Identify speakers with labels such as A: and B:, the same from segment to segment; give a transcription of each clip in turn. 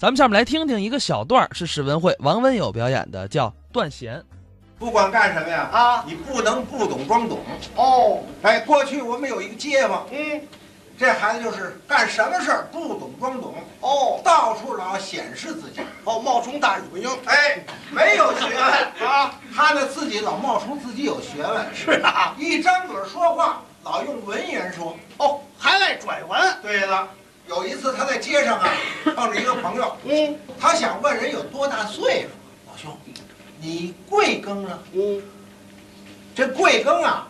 A: 咱们下面来听听一个小段儿，是史文慧、王文友表演的，叫《断弦》。
B: 不管干什么呀，
C: 啊，
B: 你不能不懂装懂。
C: 哦，
B: 哎，过去我们有一个街坊，
C: 嗯，
B: 这孩子就是干什么事儿不懂装懂，
C: 哦，
B: 到处老显示自己。
C: 哦，冒充大乳鹰
B: 哎，没有学 问，
C: 啊，
B: 他呢自己老冒充自己有学问，
C: 是啊，
B: 一张嘴说话老用文言说。
C: 哦，还爱拽文，
B: 对了，有一次他在街上 啊碰着一个朋友，
C: 嗯
B: 他想问人有多大岁数，老兄，你贵庚啊？
C: 嗯，
B: 这贵庚啊，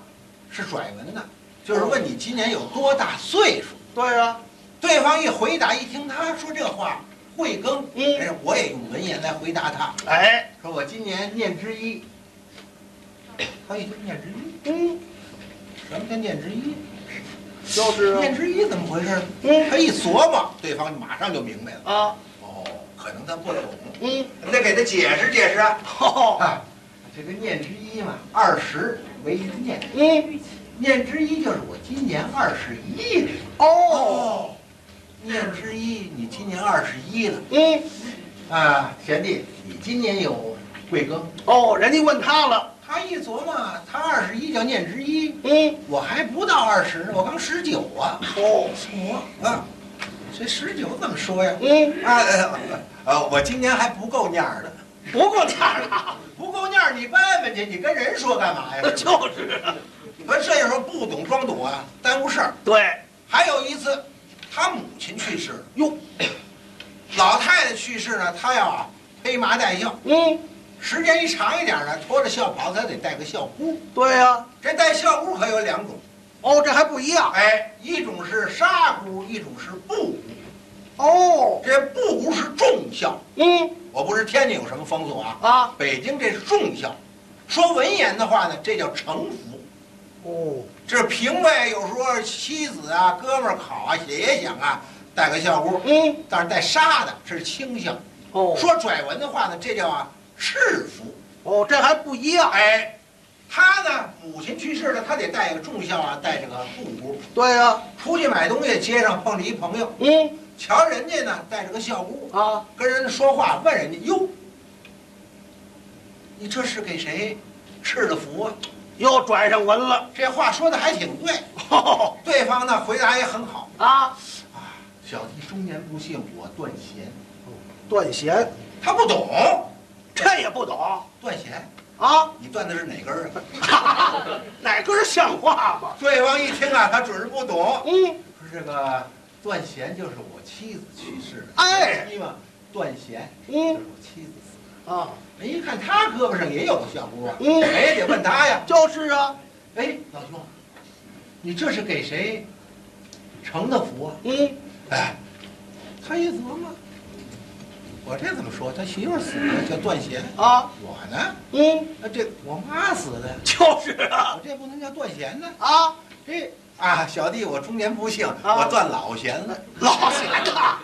B: 是拽文的，就是问你今年有多大岁数。
C: 对啊，
B: 对方一回答，一听他说这话，慧庚，
C: 嗯
B: 哎，我也用文言来回答他，
C: 哎，
B: 说我今年念之一。他一听念之一，
C: 嗯，
B: 什么叫念之一？
C: 就是啊
B: 念之一怎么回事？
C: 嗯
B: 他一琢磨，对方马上就明白了。
C: 啊，
B: 哦，可能他不懂，
C: 嗯，
B: 你得给他解释解释啊。
C: 哦，
B: 啊，这个念之一嘛，二十为一念，
C: 嗯，
B: 念之一就是我今年二十一了。
C: 哦，，
B: 念之一，你今年二十一了。
C: 嗯，
B: 啊，贤弟，你今年有贵庚？
C: 哦，人家问他了，
B: 他一琢磨，他二十一叫念之一，
C: 嗯，
B: 我还不到二十呢，我刚十九啊。
C: 哦，
B: 我啊，这十九怎么说呀？
C: 嗯，
B: 啊，呃，呃我今年还不够念儿的，
C: 不过这样啊，
B: 不够念儿你问问去，你跟人说干嘛呀？是吧
C: 就是啊，
B: 咱这时候不懂装懂啊，耽误事儿。
C: 对，
B: 还有一次，他母亲去世了，
C: 哟，
B: 老太太去世呢，他要啊披麻戴孝，
C: 嗯，
B: 时间一长一点呢，拖着孝袍，他得戴个孝箍。
C: 对呀，
B: 这戴孝箍可有两种，
C: 哦，这还不一样，
B: 哎，一种是纱箍，一种是布箍。
C: 哦，
B: 这布箍是重孝，
C: 嗯，
B: 我不是天津有什么风俗啊，
C: 啊，
B: 北京这是重孝。说文言的话呢，这叫成服。
C: 哦，
B: 这平辈有时候妻子啊、哥们儿好啊，也也想啊戴个孝箍，
C: 嗯，
B: 但是戴纱的这是轻孝。
C: 哦说，
B: 说拽文的话呢，这叫啊赤服。
C: 哦，这还不一样，
B: 哎，他呢母亲去世了，他得戴个重孝啊，戴这个布箍。
C: 对呀，
B: 出去买东西，街上碰着一朋友，
C: 嗯，
B: 瞧人家呢戴着个孝箍，
C: 啊。
B: 跟人说话，问人家哟，你这是给谁吃的福啊？
C: 又转上文了。
B: 这话说的还挺对。对方呢回答也很好，
C: 啊，
B: 小弟中年不幸，我断弦。
C: 断弦，
B: 他不懂，
C: 这也不懂
B: 断弦，
C: 啊？
B: 你断的是哪根儿啊？
C: 哪根儿像话吗？
B: 对方一听啊，他准是不懂。
C: 嗯，
B: 说这个断弦就是我妻子去世了，
C: 哎
B: 前妻嘛，断弦就是
C: 嗯
B: 我妻子死了。
C: 啊，
B: 人一看他胳膊上也有个小箍啊，
C: 嗯
B: 人也得问他呀。
C: 就是啊，
B: 哎，老兄，你这是给谁成的福啊？
C: 嗯，
B: 哎，他一琢磨，我这怎么说？他媳妇儿死了叫断弦，
C: 啊，
B: 我呢，
C: 嗯，
B: 啊这我妈死了，
C: 就是啊，
B: 我这不能叫断弦呢。
C: 啊，
B: 这啊，小弟我中年不幸，
C: 啊
B: 我断老弦了。
C: 老弦呐，